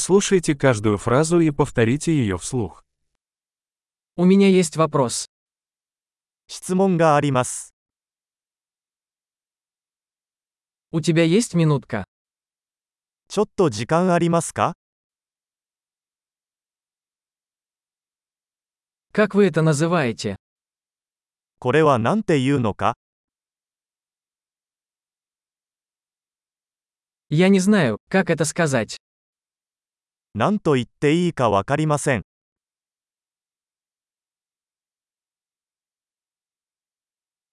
Прослушайте каждую фразу и повторите ее вслух. おみね есть вопрос。質問があります。 У тебя есть минутка? ちょっと時間ありますか Как вы это называете? これは何て言うのか Я не знаю, как это сказать. 何と言っていいかわかりません。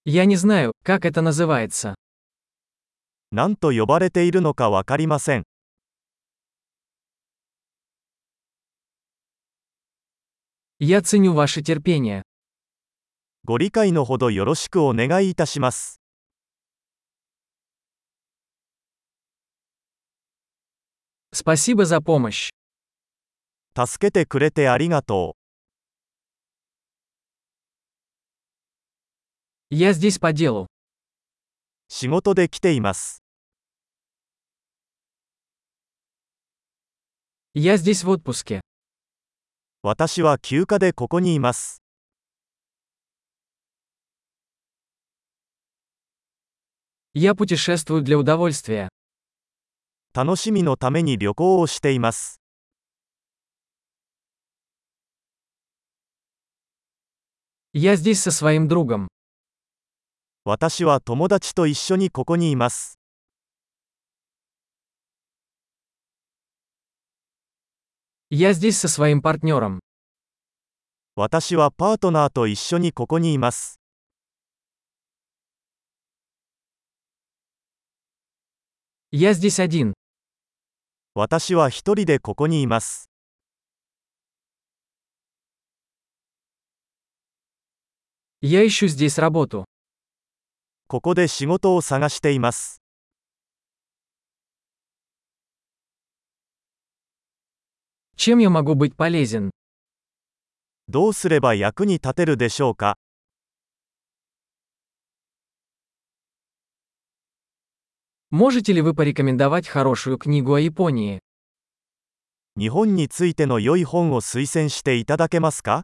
Я не знаю, как это называется. 何と呼ばれているのかわかりません。 Я ценю ваше терпение. ご理解のほどよろしくお願いいたします。 Спасибо за помощь. 助けてくれてありがと Я здесь по делу. う。仕事で来ています。 Я здесь в отпуске. 私は休暇でここにいます。 Я путешествую для удовольствия. 楽しみのために旅行をしています。 Я здесь со своим другом. 私は友達と一緒にここにいます。 Я здесь со своим партнером. 私はパートナーと一緒にここにいます。 Я здесь один. 私は一人でここにいます。 Я ищу здесь работу. ここで仕事を探しています。 Чем я могу быть полезен? どうすれば役に立てるでしょうか Можете ли вы порекомендовать хорошую книгу о Японии? 日本についての良い本を推薦していただけますか